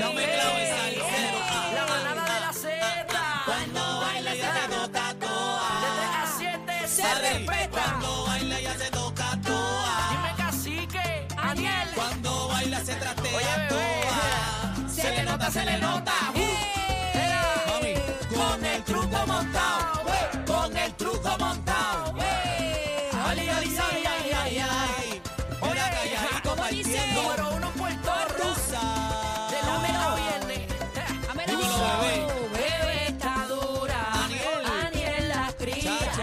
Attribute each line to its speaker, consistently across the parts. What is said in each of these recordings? Speaker 1: No me claves al cero. ah,
Speaker 2: La
Speaker 1: ah,
Speaker 2: manada de la
Speaker 1: ah,
Speaker 2: Z.
Speaker 1: Cuando baila ya se toca
Speaker 2: De
Speaker 1: toa.
Speaker 2: 3 a 7 se
Speaker 1: Sabe,
Speaker 2: respeta.
Speaker 1: Cuando baila ya se toca toa.
Speaker 2: Dime cacique, Aniel.
Speaker 1: Cuando baila se
Speaker 2: Oye,
Speaker 1: tratea
Speaker 2: bebé.
Speaker 1: toa. Se le nota, se le nota. uh.
Speaker 2: Era.
Speaker 1: Mami, con el truco montado. eh, Con el truco montado.
Speaker 2: Wey.
Speaker 1: Ay, ay, ay, ay, ay, ay. Oye,
Speaker 2: Oye,
Speaker 1: calladito
Speaker 2: como dice
Speaker 1: partiendo.
Speaker 2: número uno Puerto Rico.
Speaker 1: Rusa.
Speaker 2: De lunes a viernes.
Speaker 1: Dímelo, bebé.
Speaker 2: Bebé está dura.
Speaker 1: Aniel.
Speaker 2: Aniel la cría.
Speaker 1: Chacho,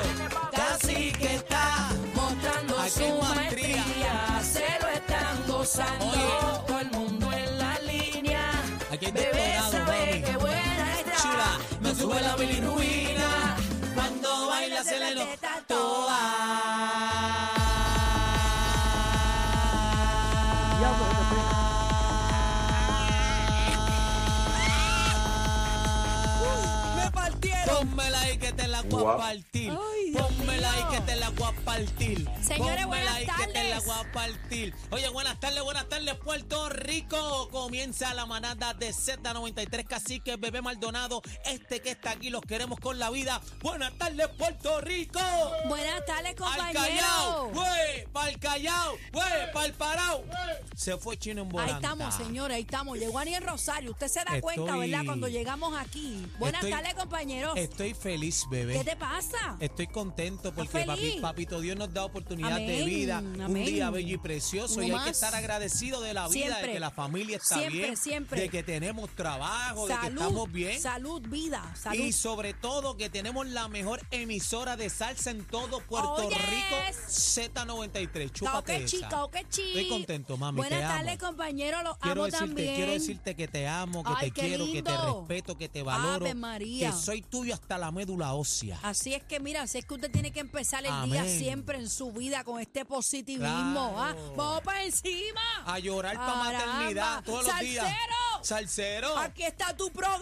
Speaker 1: casi que está.
Speaker 2: mostrando
Speaker 1: Aquí hay
Speaker 2: su
Speaker 1: maestría.
Speaker 2: maestría. Se lo están gozando
Speaker 1: Oye.
Speaker 2: todo el mundo en la línea.
Speaker 1: Aquí hay
Speaker 2: Bebé
Speaker 1: doctorado,
Speaker 2: sabe
Speaker 1: mami.
Speaker 2: que buena está.
Speaker 1: Chula, me sube la bilirruina. Cuando baila se le nota toa.
Speaker 2: Me partieron.
Speaker 1: Pónmela ahí que te la voy a
Speaker 3: Guau.
Speaker 1: partir.
Speaker 2: Ay, Dios
Speaker 1: Pónmela ahí
Speaker 2: mío.
Speaker 1: que te la voy a partir.
Speaker 4: Señores,
Speaker 1: Pónmela
Speaker 4: buenas
Speaker 1: ahí que te la
Speaker 4: tardes.
Speaker 1: voy a partir. Oye, buenas tardes, buenas tardes, Puerto Rico. Comienza la manada de Z93 Cacique, Bebé Maldonado. Este que está aquí, los queremos con la vida. Buenas tardes, Puerto Rico.
Speaker 4: Buenas tardes,
Speaker 1: Al Callao,
Speaker 4: compañero.
Speaker 1: güey, pa'l Callao, güey, pa'l Parao. Se fue Chino en
Speaker 4: Ahí
Speaker 1: volanta.
Speaker 4: estamos, señores, ahí estamos. Llegó Aniel Rosario. Usted se da
Speaker 1: Estoy-
Speaker 4: cuenta, ¿verdad? Cuando llegamos aquí. Buenas
Speaker 1: Estoy-
Speaker 4: tardes, compañero.
Speaker 1: Estoy feliz, bebé.
Speaker 4: ¿Qué te pasa?
Speaker 1: Estoy contento porque
Speaker 4: ¿Estás feliz?
Speaker 1: papi- papito Dios nos da oportunidad de
Speaker 4: Amén,
Speaker 1: vida, un
Speaker 4: amén.
Speaker 1: día bello y precioso
Speaker 4: Uno
Speaker 1: y hay que
Speaker 4: más.
Speaker 1: estar agradecido de la vida, de
Speaker 4: Siempre.
Speaker 1: que la familia está
Speaker 4: Siempre,
Speaker 1: bien,
Speaker 4: siempre.
Speaker 1: de que tenemos trabajo, de que estamos bien
Speaker 4: salud, vida, salud.
Speaker 1: y sobre todo que tenemos la mejor emisora de salsa en todo Puerto
Speaker 4: Oh, yes.
Speaker 1: Rico, Z93.
Speaker 4: Cao,
Speaker 1: Chúpate
Speaker 4: qué
Speaker 1: esa.
Speaker 4: chica, oh, qué chica.
Speaker 1: Estoy contento, mami,
Speaker 4: Buenas
Speaker 1: te amo.
Speaker 4: tardes, compañero. Los
Speaker 1: Quiero
Speaker 4: amo
Speaker 1: decirte,
Speaker 4: también.
Speaker 1: quiero decirte que te amo, que
Speaker 4: Ay,
Speaker 1: te
Speaker 4: qué
Speaker 1: quiero, que te
Speaker 4: lindo.
Speaker 1: respeto, que te valoro,
Speaker 4: Ave María.
Speaker 1: que soy tuyo hasta la médula ósea.
Speaker 4: Así es que mira, si es que usted tiene que empezar el día
Speaker 1: Amén.
Speaker 4: siempre en su vida con este positivismo. ¿ah?
Speaker 1: Claro.
Speaker 4: Vamos para encima.
Speaker 1: a llorar para
Speaker 4: Caramba.
Speaker 1: maternidad todos los días. Salsero.
Speaker 4: Aquí está tu programa.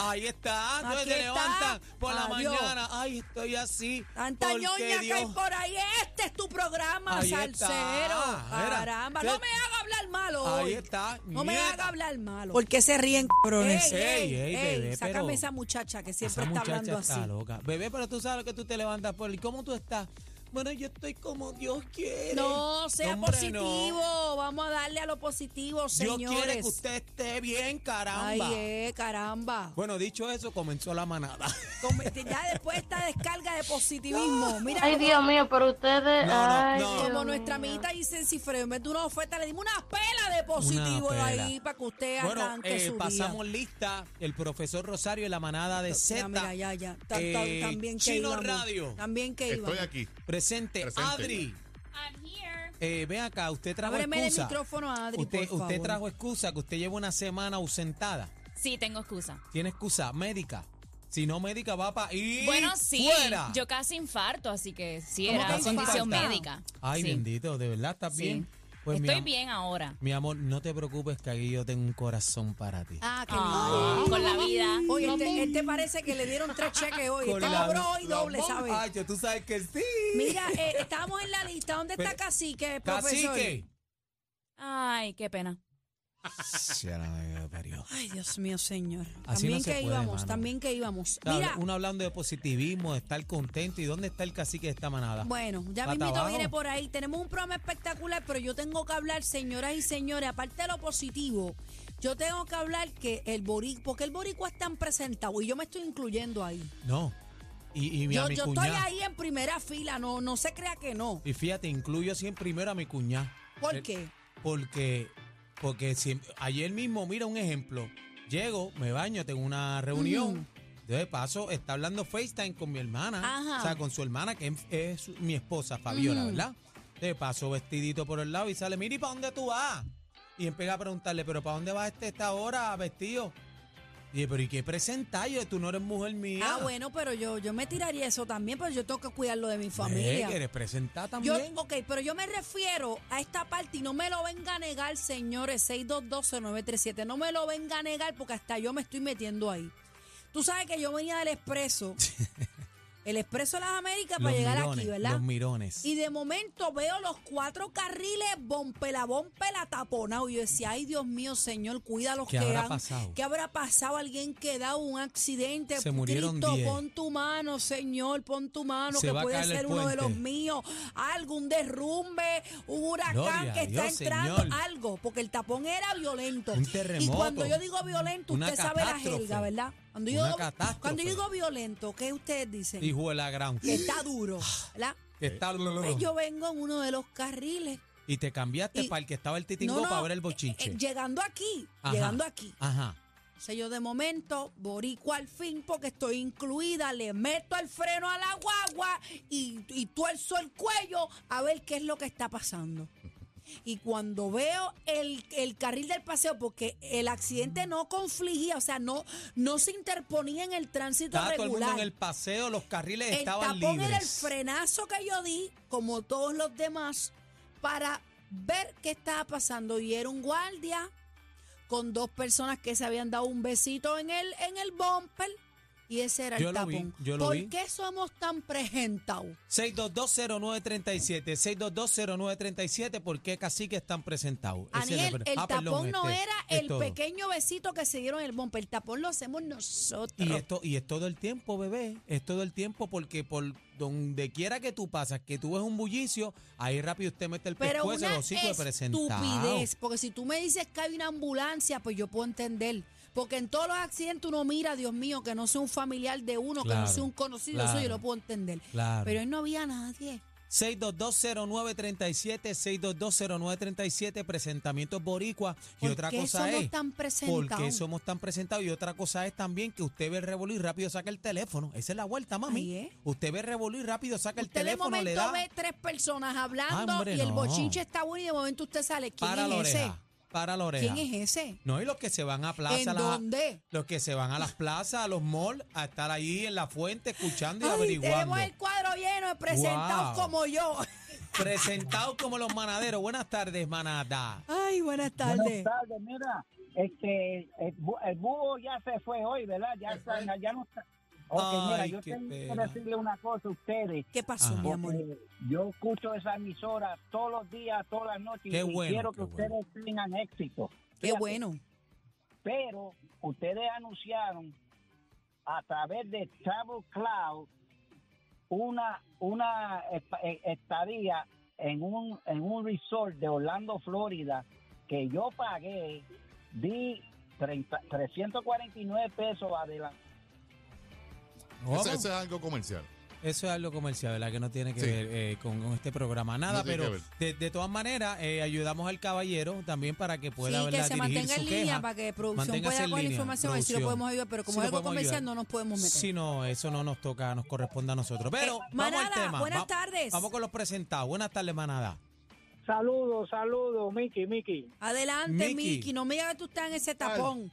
Speaker 1: Ahí está,
Speaker 4: Aquí
Speaker 1: entonces se
Speaker 4: está.
Speaker 1: levantan por la
Speaker 4: Adiós.
Speaker 1: mañana. Ay, estoy así.
Speaker 4: Tanta
Speaker 1: porque
Speaker 4: ñoña que hay
Speaker 1: Dios-
Speaker 4: por ahí. Este es tu programa,
Speaker 1: Ahí está.
Speaker 4: salsero.
Speaker 1: Mira.
Speaker 4: Caramba,
Speaker 1: Sí.
Speaker 4: no me haga hablar malo.
Speaker 1: Ahí
Speaker 4: hoy.
Speaker 1: está,
Speaker 4: No me
Speaker 1: nieta.
Speaker 4: haga hablar malo.
Speaker 2: ¿Por qué se ríen, cabrones?
Speaker 4: Ey, ey,
Speaker 1: Ey, ey,
Speaker 4: ey,
Speaker 1: bebé,
Speaker 4: sácame
Speaker 1: pero-
Speaker 4: esa muchacha que siempre
Speaker 1: Esa
Speaker 4: está
Speaker 1: muchacha
Speaker 4: hablando
Speaker 1: está
Speaker 4: así.
Speaker 1: loca. Bebé, pero tú sabes que tú te levantas por el. ¿Cómo tú estás? Bueno, yo estoy como Dios quiere.
Speaker 4: No, sea
Speaker 1: Hombre, no.
Speaker 4: positivo. Vamos a darle a lo positivo,
Speaker 1: Dios
Speaker 4: señores.
Speaker 1: quiere que usted Pues, esté bien, caramba.
Speaker 4: Ay, eh, caramba.
Speaker 1: Bueno, dicho eso, comenzó la manada.
Speaker 4: Come- Ya después de esta descarga de positivismo. Mira,
Speaker 5: Ay,
Speaker 4: como-
Speaker 5: Dios mío, pero ustedes.
Speaker 1: No, no,
Speaker 5: ay,
Speaker 1: no.
Speaker 5: Dios
Speaker 4: como nuestra
Speaker 5: mío.
Speaker 4: amiguita Isen Cifreo, en vez de una oferta, le dimos una pela de positivo
Speaker 1: Una pela.
Speaker 4: ahí para que usted
Speaker 1: Bueno,
Speaker 4: arranque
Speaker 1: eh,
Speaker 4: su
Speaker 1: pasamos
Speaker 4: día.
Speaker 1: lista. El profesor Rosario y la manada de Z.
Speaker 4: Ya, mira, ya, ya. Ta- ta-
Speaker 1: Eh,
Speaker 4: también que
Speaker 1: Chino
Speaker 4: íbamos.
Speaker 1: Radio.
Speaker 4: También que
Speaker 3: Estoy
Speaker 4: íbamos.
Speaker 3: aquí.
Speaker 1: Presente,
Speaker 3: Presente.
Speaker 1: Adri. Eh, ven acá, usted trajo
Speaker 4: Ábreme el
Speaker 1: excusa.
Speaker 4: micrófono a Adri,
Speaker 1: usted,
Speaker 4: por
Speaker 1: usted
Speaker 4: favor.
Speaker 1: trajo excusa que usted lleva una semana ausentada.
Speaker 6: Sí, tengo excusa.
Speaker 1: Tiene excusa médica. Si no médica va para ir
Speaker 6: Bueno, sí,
Speaker 1: fuera.
Speaker 6: yo casi infarto, así que sí,
Speaker 4: ¿Cómo
Speaker 6: era
Speaker 4: que
Speaker 6: condición
Speaker 4: infarta?
Speaker 6: médica.
Speaker 1: Ay,
Speaker 6: Sí,
Speaker 1: bendito, de verdad estás
Speaker 6: sí.
Speaker 1: bien. Pues, mi
Speaker 6: Estoy
Speaker 1: am-
Speaker 6: bien ahora.
Speaker 1: Mi amor, no te preocupes que aquí yo tengo un corazón para ti.
Speaker 4: Ah, qué lindo.
Speaker 6: Ah, con la vida.
Speaker 4: Oye, este, este parece que le dieron tres cheques hoy.
Speaker 1: Con
Speaker 4: Este
Speaker 1: la-
Speaker 4: cobró hoy
Speaker 1: la
Speaker 4: doble,
Speaker 1: bomba.
Speaker 4: ¿sabes?
Speaker 1: Ay, yo, tú sabes que sí.
Speaker 4: Mira, eh, estábamos en la lista. ¿Dónde está
Speaker 1: Pero-
Speaker 4: Cacique, profesor?
Speaker 1: Cacique.
Speaker 6: Ay, qué pena.
Speaker 1: Sí, a la madre que me parió.
Speaker 4: Ay, Dios mío, señor.
Speaker 1: Así
Speaker 4: también
Speaker 1: no se
Speaker 4: que
Speaker 1: puede,
Speaker 4: íbamos,
Speaker 1: mano.
Speaker 4: también que íbamos.
Speaker 1: Claro,
Speaker 4: Mira,
Speaker 1: Uno hablando de positivismo, de estar contento. ¿Y dónde está el cacique de esta manada?
Speaker 4: bueno, ya
Speaker 1: Pata
Speaker 4: mismito
Speaker 1: abajo.
Speaker 4: viene por ahí. Tenemos un programa espectacular, pero yo tengo que hablar, señoras y señores, aparte de lo positivo, yo tengo que hablar que el boricua, porque el boricua es tan presentado y yo me estoy incluyendo ahí.
Speaker 1: No. Y, y mi- a
Speaker 4: Yo,
Speaker 1: mi
Speaker 4: yo estoy
Speaker 1: cuñada.
Speaker 4: ahí en primera fila, no, no se crea que no.
Speaker 1: Y fíjate, incluyo siempre primero a mi cuñada.
Speaker 4: ¿Por
Speaker 1: Eh,
Speaker 4: qué?
Speaker 1: Porque, porque siempre- ayer mismo, mira un ejemplo. Llego, me baño, tengo una reunión. De paso, está hablando FaceTime con mi hermana.
Speaker 4: Ajá.
Speaker 1: O sea, con su hermana, que es, es su- mi esposa, Fabiola, ¿verdad? De paso, vestidito por el lado y sale, mira, ¿y para dónde tú vas? Y empieza a preguntarle, ¿pero para dónde vas este, esta hora vestido? Y yo, pero ¿y qué presentallo? Tú no eres mujer mía.
Speaker 4: Ah, bueno, pero yo, yo me tiraría eso también, pero yo tengo que cuidarlo de mi
Speaker 1: Eh,
Speaker 4: familia.
Speaker 1: que eres presentada
Speaker 4: Yo,
Speaker 1: también.
Speaker 4: ok, pero yo me refiero a esta parte y no me lo venga a negar, señores, 6220937. No me lo venga a negar porque hasta yo me estoy metiendo ahí. Tú sabes que yo venía del expreso el Expreso de las Américas
Speaker 1: Los
Speaker 4: para llegar
Speaker 1: mirones,
Speaker 4: aquí, ¿verdad?
Speaker 1: Los mirones.
Speaker 4: Y de momento veo los cuatro carriles, bompela, bompela, taponado. Y yo decía, ay Dios mío, señor, cuida a los
Speaker 1: ¿Qué
Speaker 4: que
Speaker 1: habrá
Speaker 4: han-
Speaker 1: pasado?
Speaker 4: ¿Qué habrá pasado? Alguien que da un accidente.
Speaker 1: Se murieron
Speaker 4: Cristo,
Speaker 1: 10.
Speaker 4: pon tu mano, señor, pon tu mano,
Speaker 1: Se
Speaker 4: que
Speaker 1: va a
Speaker 4: puede
Speaker 1: caer el
Speaker 4: ser uno de los
Speaker 1: puente.
Speaker 4: míos. Algo, un derrumbe, un huracán
Speaker 1: Gloria
Speaker 4: que
Speaker 1: a
Speaker 4: está
Speaker 1: Dios,
Speaker 4: entrando,
Speaker 1: señor.
Speaker 4: algo, porque el tapón era violento.
Speaker 1: Un
Speaker 4: Y
Speaker 1: terremoto.
Speaker 4: cuando yo digo violento,
Speaker 1: Una
Speaker 4: usted sabe la
Speaker 1: catástrofe.
Speaker 4: jerga, ¿verdad? Cuando yo,
Speaker 1: Una
Speaker 4: digo-
Speaker 1: catástrofe.
Speaker 4: cuando yo digo violento, ¿qué ustedes dicen?
Speaker 1: Hijo de la gran.
Speaker 4: Que está duro,
Speaker 1: "Ah".
Speaker 4: ¿verdad?
Speaker 1: que está-
Speaker 4: Pues yo vengo en uno de los carriles.
Speaker 1: Y te cambiaste
Speaker 4: Y-
Speaker 1: para el que estaba el titingo
Speaker 4: No, no,
Speaker 1: para ver el
Speaker 4: eh,
Speaker 1: bochinche.
Speaker 4: eh, llegando aquí,
Speaker 1: Ajá.
Speaker 4: llegando aquí.
Speaker 1: Ajá.
Speaker 4: O sea, yo de momento, boricua al fin, porque estoy incluida, le meto el freno a la guagua y, y tuerzo el cuello a ver qué es lo que está pasando. Y cuando veo el, el carril del paseo, porque el accidente no confligía, o sea, no, no se interponía en el tránsito
Speaker 1: Estaba todo el mundo
Speaker 4: regular.
Speaker 1: en el paseo, los carriles
Speaker 4: El
Speaker 1: estaban
Speaker 4: tapón era el
Speaker 1: libres.
Speaker 4: frenazo que yo di, como todos los demás, para ver qué estaba pasando. Y era un guardia con dos personas que se habían dado un besito en el, en el bumper. Y ese era
Speaker 1: Yo
Speaker 4: el
Speaker 1: lo vi,
Speaker 4: tapón.
Speaker 1: yo lo
Speaker 4: ¿Por
Speaker 1: vi.
Speaker 4: qué somos tan presentados?
Speaker 1: 6220937, 6220937, ¿por qué cacique están presentados? Ese es la
Speaker 4: Aniel,
Speaker 1: pre-
Speaker 4: el
Speaker 1: Ah,
Speaker 4: tapón
Speaker 1: perdón,
Speaker 4: no
Speaker 1: este,
Speaker 4: era
Speaker 1: es
Speaker 4: el
Speaker 1: todo.
Speaker 4: pequeño besito que se dieron en el bumper. El tapón lo hacemos nosotros.
Speaker 1: Y esto y es todo el tiempo, bebé, es todo el tiempo porque por donde quiera que tú pasas, que tú ves un bullicio, ahí rápido usted mete el
Speaker 4: Pero
Speaker 1: pescuezo,
Speaker 4: una
Speaker 1: los hocico de presentado.
Speaker 4: estupidez, porque si tú me dices que hay una ambulancia, pues yo puedo entender. Porque en todos los accidentes uno mira, Dios mío, que no sea un familiar de uno, que no
Speaker 1: Claro,
Speaker 4: sea un conocido
Speaker 1: claro.
Speaker 4: suyo, yo lo puedo entender.
Speaker 1: Claro.
Speaker 4: Pero ahí no había nadie.
Speaker 1: 6220937, 6220937, presentamientos boricua. Y
Speaker 4: ¿Por
Speaker 1: otra
Speaker 4: qué
Speaker 1: cosa
Speaker 4: somos
Speaker 1: es.
Speaker 4: tan
Speaker 1: ¿Por qué
Speaker 4: presentados?
Speaker 1: somos tan presentados? Y otra cosa es también que usted ve el revolú y rápido saca el teléfono. Esa es la vuelta, mami.
Speaker 4: Ahí es.
Speaker 1: Usted ve el revolú y rápido saca el
Speaker 4: Usted de
Speaker 1: teléfono,
Speaker 4: momento
Speaker 1: le da
Speaker 4: ve tres personas hablando
Speaker 1: Ah, hombre,
Speaker 4: y el
Speaker 1: no.
Speaker 4: bochinche está bueno y de momento usted sale. ¿Quién
Speaker 1: para
Speaker 4: es
Speaker 1: la
Speaker 4: ese?
Speaker 1: oreja. Para la oreja.
Speaker 4: ¿Quién es ese?
Speaker 1: No, y los que se van a plaza,
Speaker 4: ¿En
Speaker 1: la-
Speaker 4: dónde?
Speaker 1: los que se van a las plazas, a los malls, a estar ahí en la fuente escuchando y
Speaker 4: Ay,
Speaker 1: averiguando.
Speaker 4: tenemos el cuadro lleno de presentados
Speaker 1: Wow.
Speaker 4: como yo.
Speaker 1: Presentados como los manaderos. Buenas tardes, manada.
Speaker 4: Ay, buenas tardes.
Speaker 3: Buenas tardes, mira, este, el, bu- el búho ya se fue hoy, ¿verdad? Ya, está, ya, no está. Ok, mira,
Speaker 1: Ay,
Speaker 3: yo
Speaker 1: qué
Speaker 3: tengo que
Speaker 1: pena.
Speaker 3: decirle una cosa a ustedes.
Speaker 4: ¿Qué pasó,
Speaker 1: Ajá.
Speaker 4: mi amor?
Speaker 3: Eh, Yo escucho esa emisora todos los días, todas las noches,
Speaker 1: Qué
Speaker 3: y
Speaker 1: bueno,
Speaker 3: quiero que
Speaker 1: qué
Speaker 3: ustedes
Speaker 1: bueno.
Speaker 3: tengan éxito.
Speaker 4: Qué
Speaker 3: Fíjate,
Speaker 4: bueno.
Speaker 3: Pero ustedes anunciaron a través de Travel Cloud una, una espa- eh, estadía en un, en un resort de Orlando, Florida, que yo pagué, di 30 349 pesos adelante.
Speaker 1: ¿Cómo?
Speaker 5: Eso, eso es algo comercial.
Speaker 1: Eso es algo comercial, ¿verdad? Que no tiene que
Speaker 5: Sí.
Speaker 1: ver eh, con, con este programa, nada,
Speaker 5: No tiene
Speaker 1: pero
Speaker 5: que
Speaker 1: de, de todas maneras eh, ayudamos al caballero también para que pueda
Speaker 4: sí, que
Speaker 1: ¿verdad?
Speaker 4: se
Speaker 1: dirigir
Speaker 4: mantenga en
Speaker 1: su
Speaker 4: línea
Speaker 1: queja.
Speaker 4: para que producción
Speaker 1: Manténgase
Speaker 4: pueda
Speaker 1: en
Speaker 4: con la
Speaker 1: línea,
Speaker 4: información, a ver si lo
Speaker 1: producción.
Speaker 4: podemos ayudar, pero como
Speaker 1: Sí lo
Speaker 4: es algo
Speaker 1: podemos
Speaker 4: comercial
Speaker 1: ayudar.
Speaker 4: no nos podemos meter. Eh,
Speaker 1: Sí, no, eso no nos toca, nos corresponde a nosotros. Pero vamos al
Speaker 4: manada,
Speaker 1: tema.
Speaker 4: buenas
Speaker 1: Va-
Speaker 4: tardes.
Speaker 1: Vamos con los presentados. Buenas tardes, Manada.
Speaker 3: Saludos, saludos, Miki, Miki.
Speaker 4: Adelante,
Speaker 1: Miki.
Speaker 4: Miki, no me digas que tú estás en ese tapón.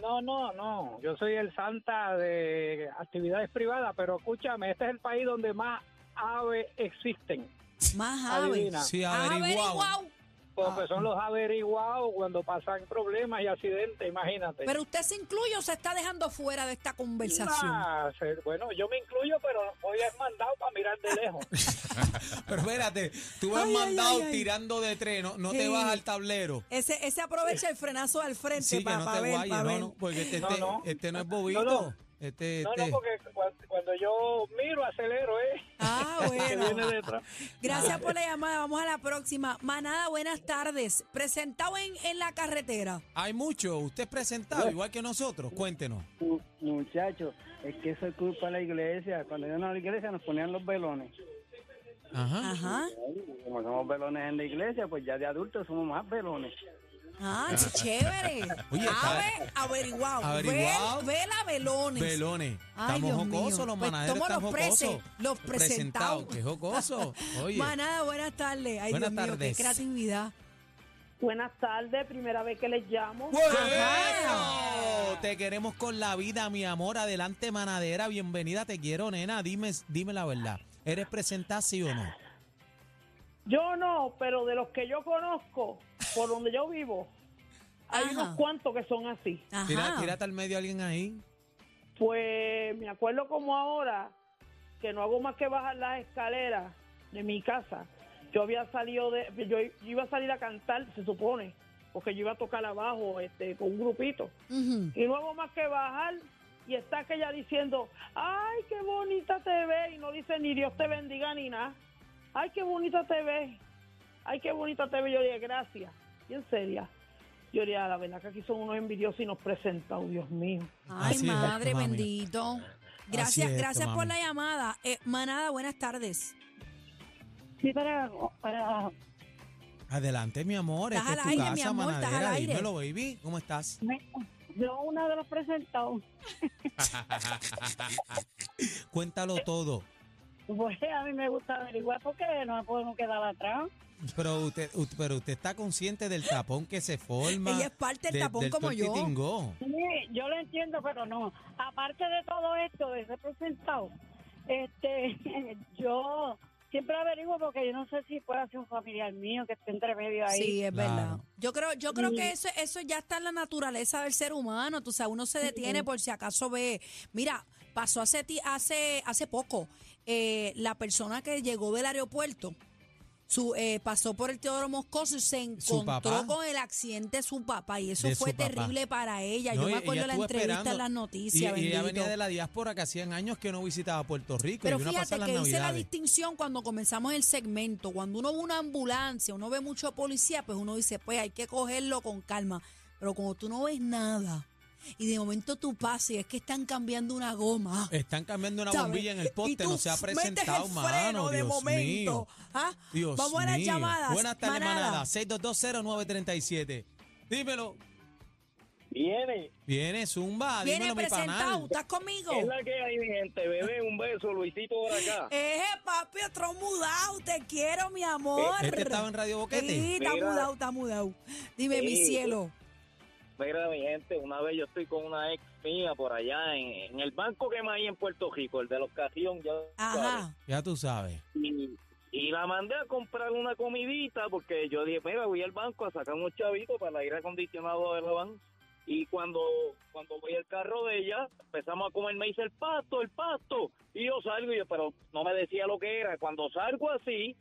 Speaker 3: No, no, no. Yo soy el santa de actividades privadas, pero escúchame, este es el país donde más aves existen.
Speaker 4: Más aves.
Speaker 3: Adivina.
Speaker 1: Sí,
Speaker 4: Averiguao.
Speaker 1: averiguado.
Speaker 4: Ah.
Speaker 3: Porque son los averiguados cuando pasan problemas y accidentes, imagínate.
Speaker 4: Pero usted se incluye o se está dejando fuera de esta conversación.
Speaker 3: Ah, se- bueno, yo me incluyo, pero hoy es mandado para mirar de lejos.
Speaker 1: Pero espérate, tú has
Speaker 4: Ay, ay,
Speaker 1: mandado
Speaker 4: ay, ay.
Speaker 1: tirando de tren, no, no
Speaker 4: Sí.
Speaker 1: te vas al tablero.
Speaker 4: Ese, ese aprovecha el frenazo al frente
Speaker 1: Sí, que
Speaker 4: para
Speaker 1: no te
Speaker 4: ver,
Speaker 1: guayes,
Speaker 4: pa'
Speaker 1: no,
Speaker 4: ver.
Speaker 1: no, porque este,
Speaker 3: No,
Speaker 1: este-
Speaker 3: no.
Speaker 1: este no es bobito.
Speaker 3: No, no.
Speaker 1: Este,
Speaker 3: No, no,
Speaker 1: este-
Speaker 3: porque cu- cuando, yo miro acelero, ¿eh?
Speaker 4: Ah,
Speaker 3: Que viene Ah.
Speaker 4: bueno.
Speaker 3: detrás.
Speaker 4: Gracias por la llamada. Vamos a la próxima. Manada, buenas tardes. Presentado en, en la carretera.
Speaker 1: Hay mucho, usted es presentado igual que nosotros, cuéntenos.
Speaker 7: Muchachos, es que eso es culpa de la iglesia. Cuando iban a la iglesia nos ponían los velones.
Speaker 1: Ajá.
Speaker 4: Ajá.
Speaker 7: Como somos velones en la iglesia, pues ya de adultos somos más velones.
Speaker 4: Ah, qué chévere.
Speaker 1: Oye, está-
Speaker 4: Ave, averiguado.
Speaker 1: Averiguado.
Speaker 4: Vel, vela velones.
Speaker 1: Velones.
Speaker 4: Ay,
Speaker 1: Estamos
Speaker 4: Dios mío.
Speaker 1: jocosos, los
Speaker 4: Pues
Speaker 1: manaderos
Speaker 4: toma
Speaker 1: están
Speaker 4: los prese,
Speaker 1: jocosos.
Speaker 4: los presentados.
Speaker 1: Qué jocoso. Oye.
Speaker 4: Manada, buenas tardes. Ay,
Speaker 1: Buenas
Speaker 4: Dios mío, qué
Speaker 1: tardes.
Speaker 4: creatividad.
Speaker 8: Buenas tardes, primera vez que les llamo.
Speaker 1: ¡Bueno! Te queremos con la vida, mi amor. Adelante, manadera. Bienvenida, te quiero, nena. Dime, dime la verdad. ¿Eres presentada sí o no?
Speaker 8: Yo no, pero de los que yo conozco, por donde yo vivo, hay
Speaker 4: Ajá.
Speaker 8: unos cuantos que son así.
Speaker 4: Ajá.
Speaker 1: Tira, tírate al medio a alguien ahí.
Speaker 8: Pues me acuerdo como ahora que no hago más que bajar las escaleras de mi casa. Yo había salido de, yo iba a salir a cantar, se supone, porque yo iba a tocar abajo, este, con un grupito.
Speaker 4: Ujú.
Speaker 8: Y no hago más que bajar y está aquella diciendo, ay, qué bonita te ves. Y no dice ni Dios te bendiga ni nada. Ay, qué bonita te ves. Ay, qué bonita te ves. Yo le dije, gracias. Y en serio, yo le dije, "Ah, la verdad que aquí son unos envidiosos y nos presentan, oh, Dios mío.
Speaker 4: Ay,
Speaker 1: Así es esto,
Speaker 4: madre
Speaker 1: mami.
Speaker 4: bendito. Gracias,
Speaker 1: es esto,
Speaker 4: gracias por
Speaker 1: mami.
Speaker 4: la llamada. Eh, manada, buenas tardes.
Speaker 9: Sí, para, para
Speaker 1: Adelante, mi amor.
Speaker 4: Estás
Speaker 1: esta
Speaker 4: al
Speaker 1: es tu
Speaker 4: aire,
Speaker 1: casa,
Speaker 4: mi amor, estás al
Speaker 1: manadera.
Speaker 4: aire.
Speaker 1: Dímelo, baby. ¿Cómo estás?
Speaker 9: me- yo una de los presentados,
Speaker 1: Cuéntalo todo.
Speaker 9: pues a mí me gusta averiguar porque no me podemos quedar atrás.
Speaker 1: Pero usted, ut- pero usted está consciente del tapón que se forma.
Speaker 4: Ella es parte del tapón como yo.
Speaker 1: tortitingó.
Speaker 9: Sí, yo lo entiendo, pero no. Aparte de todo esto, de ser presentado, este, yo siempre averiguo porque yo no sé si puede ser un familiar mío que esté entre medio ahí.
Speaker 4: Sí, es
Speaker 1: Claro.
Speaker 4: verdad. Yo creo, yo creo que eso, eso ya está en la naturaleza del ser humano. Tú sabes, uno se detiene por si acaso ve. Mira, pasó hace ti- hace, hace poco. eh, la persona que llegó del aeropuerto su, eh, pasó por el Teodoro Moscoso y se
Speaker 1: Su
Speaker 4: encontró
Speaker 1: papá.
Speaker 4: con el accidente de su papá. Y eso
Speaker 1: De su
Speaker 4: fue
Speaker 1: papá.
Speaker 4: terrible para ella. Yo
Speaker 1: No, y-
Speaker 4: me
Speaker 1: ella
Speaker 4: acuerdo la
Speaker 1: estuvo
Speaker 4: entrevista en
Speaker 1: esperando.
Speaker 4: las
Speaker 1: Y,
Speaker 4: noticias.
Speaker 1: y ella venía
Speaker 4: bendito.
Speaker 1: de la diáspora que hacían años que no visitaba Puerto Rico
Speaker 4: Pero
Speaker 1: y vino a
Speaker 4: fíjate
Speaker 1: pasar
Speaker 4: que
Speaker 1: las
Speaker 4: hice la
Speaker 1: navidades.
Speaker 4: distinción cuando comenzamos el segmento. Cuando uno ve una ambulancia, uno ve mucho policía, pues uno dice, pues hay que cogerlo con calma. Pero como tú no ves nada y de momento tú pasas y es que están cambiando una goma.
Speaker 1: Están cambiando una
Speaker 4: ¿sabes?
Speaker 1: bombilla en el poste,
Speaker 4: y tú
Speaker 1: no se ha
Speaker 4: metes
Speaker 1: presentado,
Speaker 4: el
Speaker 1: mano.
Speaker 4: freno de
Speaker 1: Dios
Speaker 4: momento.
Speaker 1: mío.
Speaker 4: ¿ah?
Speaker 1: Dios
Speaker 4: Vamos a las
Speaker 1: mío.
Speaker 4: llamadas.
Speaker 1: Buenas tardes,
Speaker 4: manada.
Speaker 1: manada. 6220937. Dímelo.
Speaker 7: Viene,
Speaker 1: Viene, Zumba.
Speaker 4: Viene
Speaker 1: dímelo, mi
Speaker 4: presentado,
Speaker 1: panal.
Speaker 4: ¿estás conmigo?
Speaker 7: que hay, mi gente. Bebé, un beso, Luisito por acá.
Speaker 4: Eh, papi, otro mudado, te quiero, mi amor.
Speaker 1: Este estaba en Radio
Speaker 4: Sí,
Speaker 1: Boquete.
Speaker 4: está
Speaker 7: Eh, Mira.
Speaker 4: mudado, está mudado. Dime, mi
Speaker 7: Sí.
Speaker 4: cielo.
Speaker 7: Mira, mi gente, una vez yo estoy con una ex mía por allá en, en el banco que más hay en Puerto Rico, el de los Cajillón, ya sabes.
Speaker 4: Ajá.
Speaker 1: Ya tú sabes.
Speaker 7: Y, y la mandé a comprar una comidita porque yo dije, mira, voy al banco a sacar unos chavitos para el aire acondicionado de la van. Y cuando, cuando voy al carro de ella, empezamos a comer, me dice el pasto, el pasto. Y yo salgo, y yo, pero no me decía lo que era. Cuando salgo así,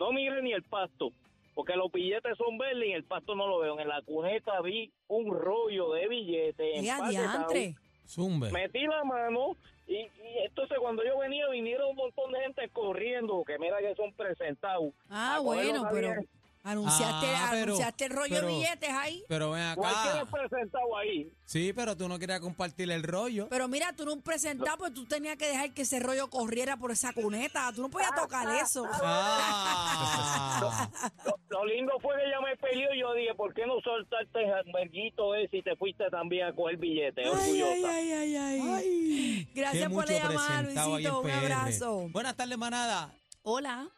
Speaker 7: no mire ni el pasto, porque los billetes son verdes y el pasto no lo veo. En la cuneta vi un rollo de billetes.
Speaker 4: Eh,
Speaker 7: empaquetado.
Speaker 4: adiantre.
Speaker 1: Zumbe.
Speaker 7: Metí la mano y, y entonces cuando yo venía vinieron un montón de gente corriendo, que mira que son presentados.
Speaker 4: Ah,
Speaker 7: A cogerlo
Speaker 4: bueno,
Speaker 7: también.
Speaker 4: pero anunciaste,
Speaker 1: Ah, pero-
Speaker 4: anunciaste el rollo
Speaker 1: pero-
Speaker 4: de billetes ahí.
Speaker 1: Pero ven
Speaker 7: Cualquiera
Speaker 1: acá.
Speaker 7: presentado ahí.
Speaker 1: Sí, pero tú no querías compartir el rollo.
Speaker 4: Pero mira, tú no presentabas, pues tú tenías que dejar que ese rollo corriera por esa cuneta. Tú no podías tocar eso.
Speaker 1: Ah.
Speaker 7: Lo, lo lindo fue que ella me peleó y yo dije, ¿por qué no soltarte el alberguito ese y te fuiste también a coger billete?
Speaker 4: Ay, ay,
Speaker 7: Orgullosa.
Speaker 4: ay, ay, ay. Gracias
Speaker 1: Qué
Speaker 4: por la
Speaker 1: mucho
Speaker 4: llamada,
Speaker 1: presentado ahí
Speaker 4: Luisito. Un
Speaker 1: en PR.
Speaker 4: abrazo.
Speaker 1: Buenas tardes, manada.
Speaker 4: Hola.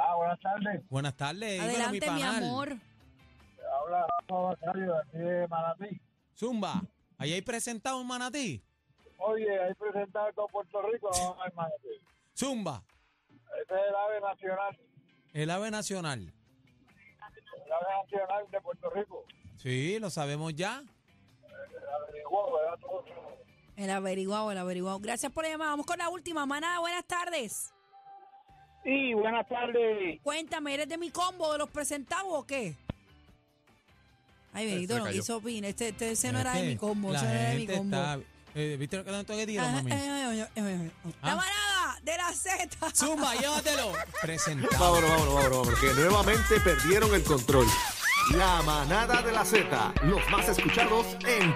Speaker 3: Ah, buenas tardes.
Speaker 1: Buenas tardes. dímelo,
Speaker 4: Adelante, mi,
Speaker 1: panal.
Speaker 4: amor.
Speaker 3: Habla Rafa Basario de aquí de Manatí.
Speaker 1: Zumba. Ahí hay presentado un manatí.
Speaker 3: Oye, hay presentado en todo Puerto Rico, no hay Manatí.
Speaker 1: Zumba.
Speaker 3: Ese es el ave nacional,
Speaker 1: El ave nacional.
Speaker 3: el ave nacional de Puerto Rico.
Speaker 1: Sí, lo sabemos ya.
Speaker 3: Averiguó, ¿verdad? Todo.
Speaker 4: El averiguado, el averiguado. Gracias por la llamada. Vamos con la última. Manada, buenas tardes.
Speaker 7: Sí, buenas tardes.
Speaker 4: Cuéntame, ¿eres de mi combo de los presentados o qué? Ay, bendito,
Speaker 5: se
Speaker 4: no
Speaker 5: cayó.
Speaker 4: quiso opinar. Este, este, ese no era de
Speaker 1: Este,
Speaker 4: mi combo.
Speaker 1: La
Speaker 4: Ese no era de mi
Speaker 1: gente
Speaker 4: combo.
Speaker 1: está. eh, ¿Viste lo que tanto que dieron,
Speaker 4: Ajá, eh,
Speaker 1: mami?
Speaker 4: ay, ay, ay, ay, ay, ay.
Speaker 1: Ah.
Speaker 4: La manada eh, de la Z.
Speaker 1: Zumba, llévatelo. Presentado.
Speaker 10: Vámonos, vámonos, vámonos, porque nuevamente perdieron el control. La manada de la Z, los más escuchados en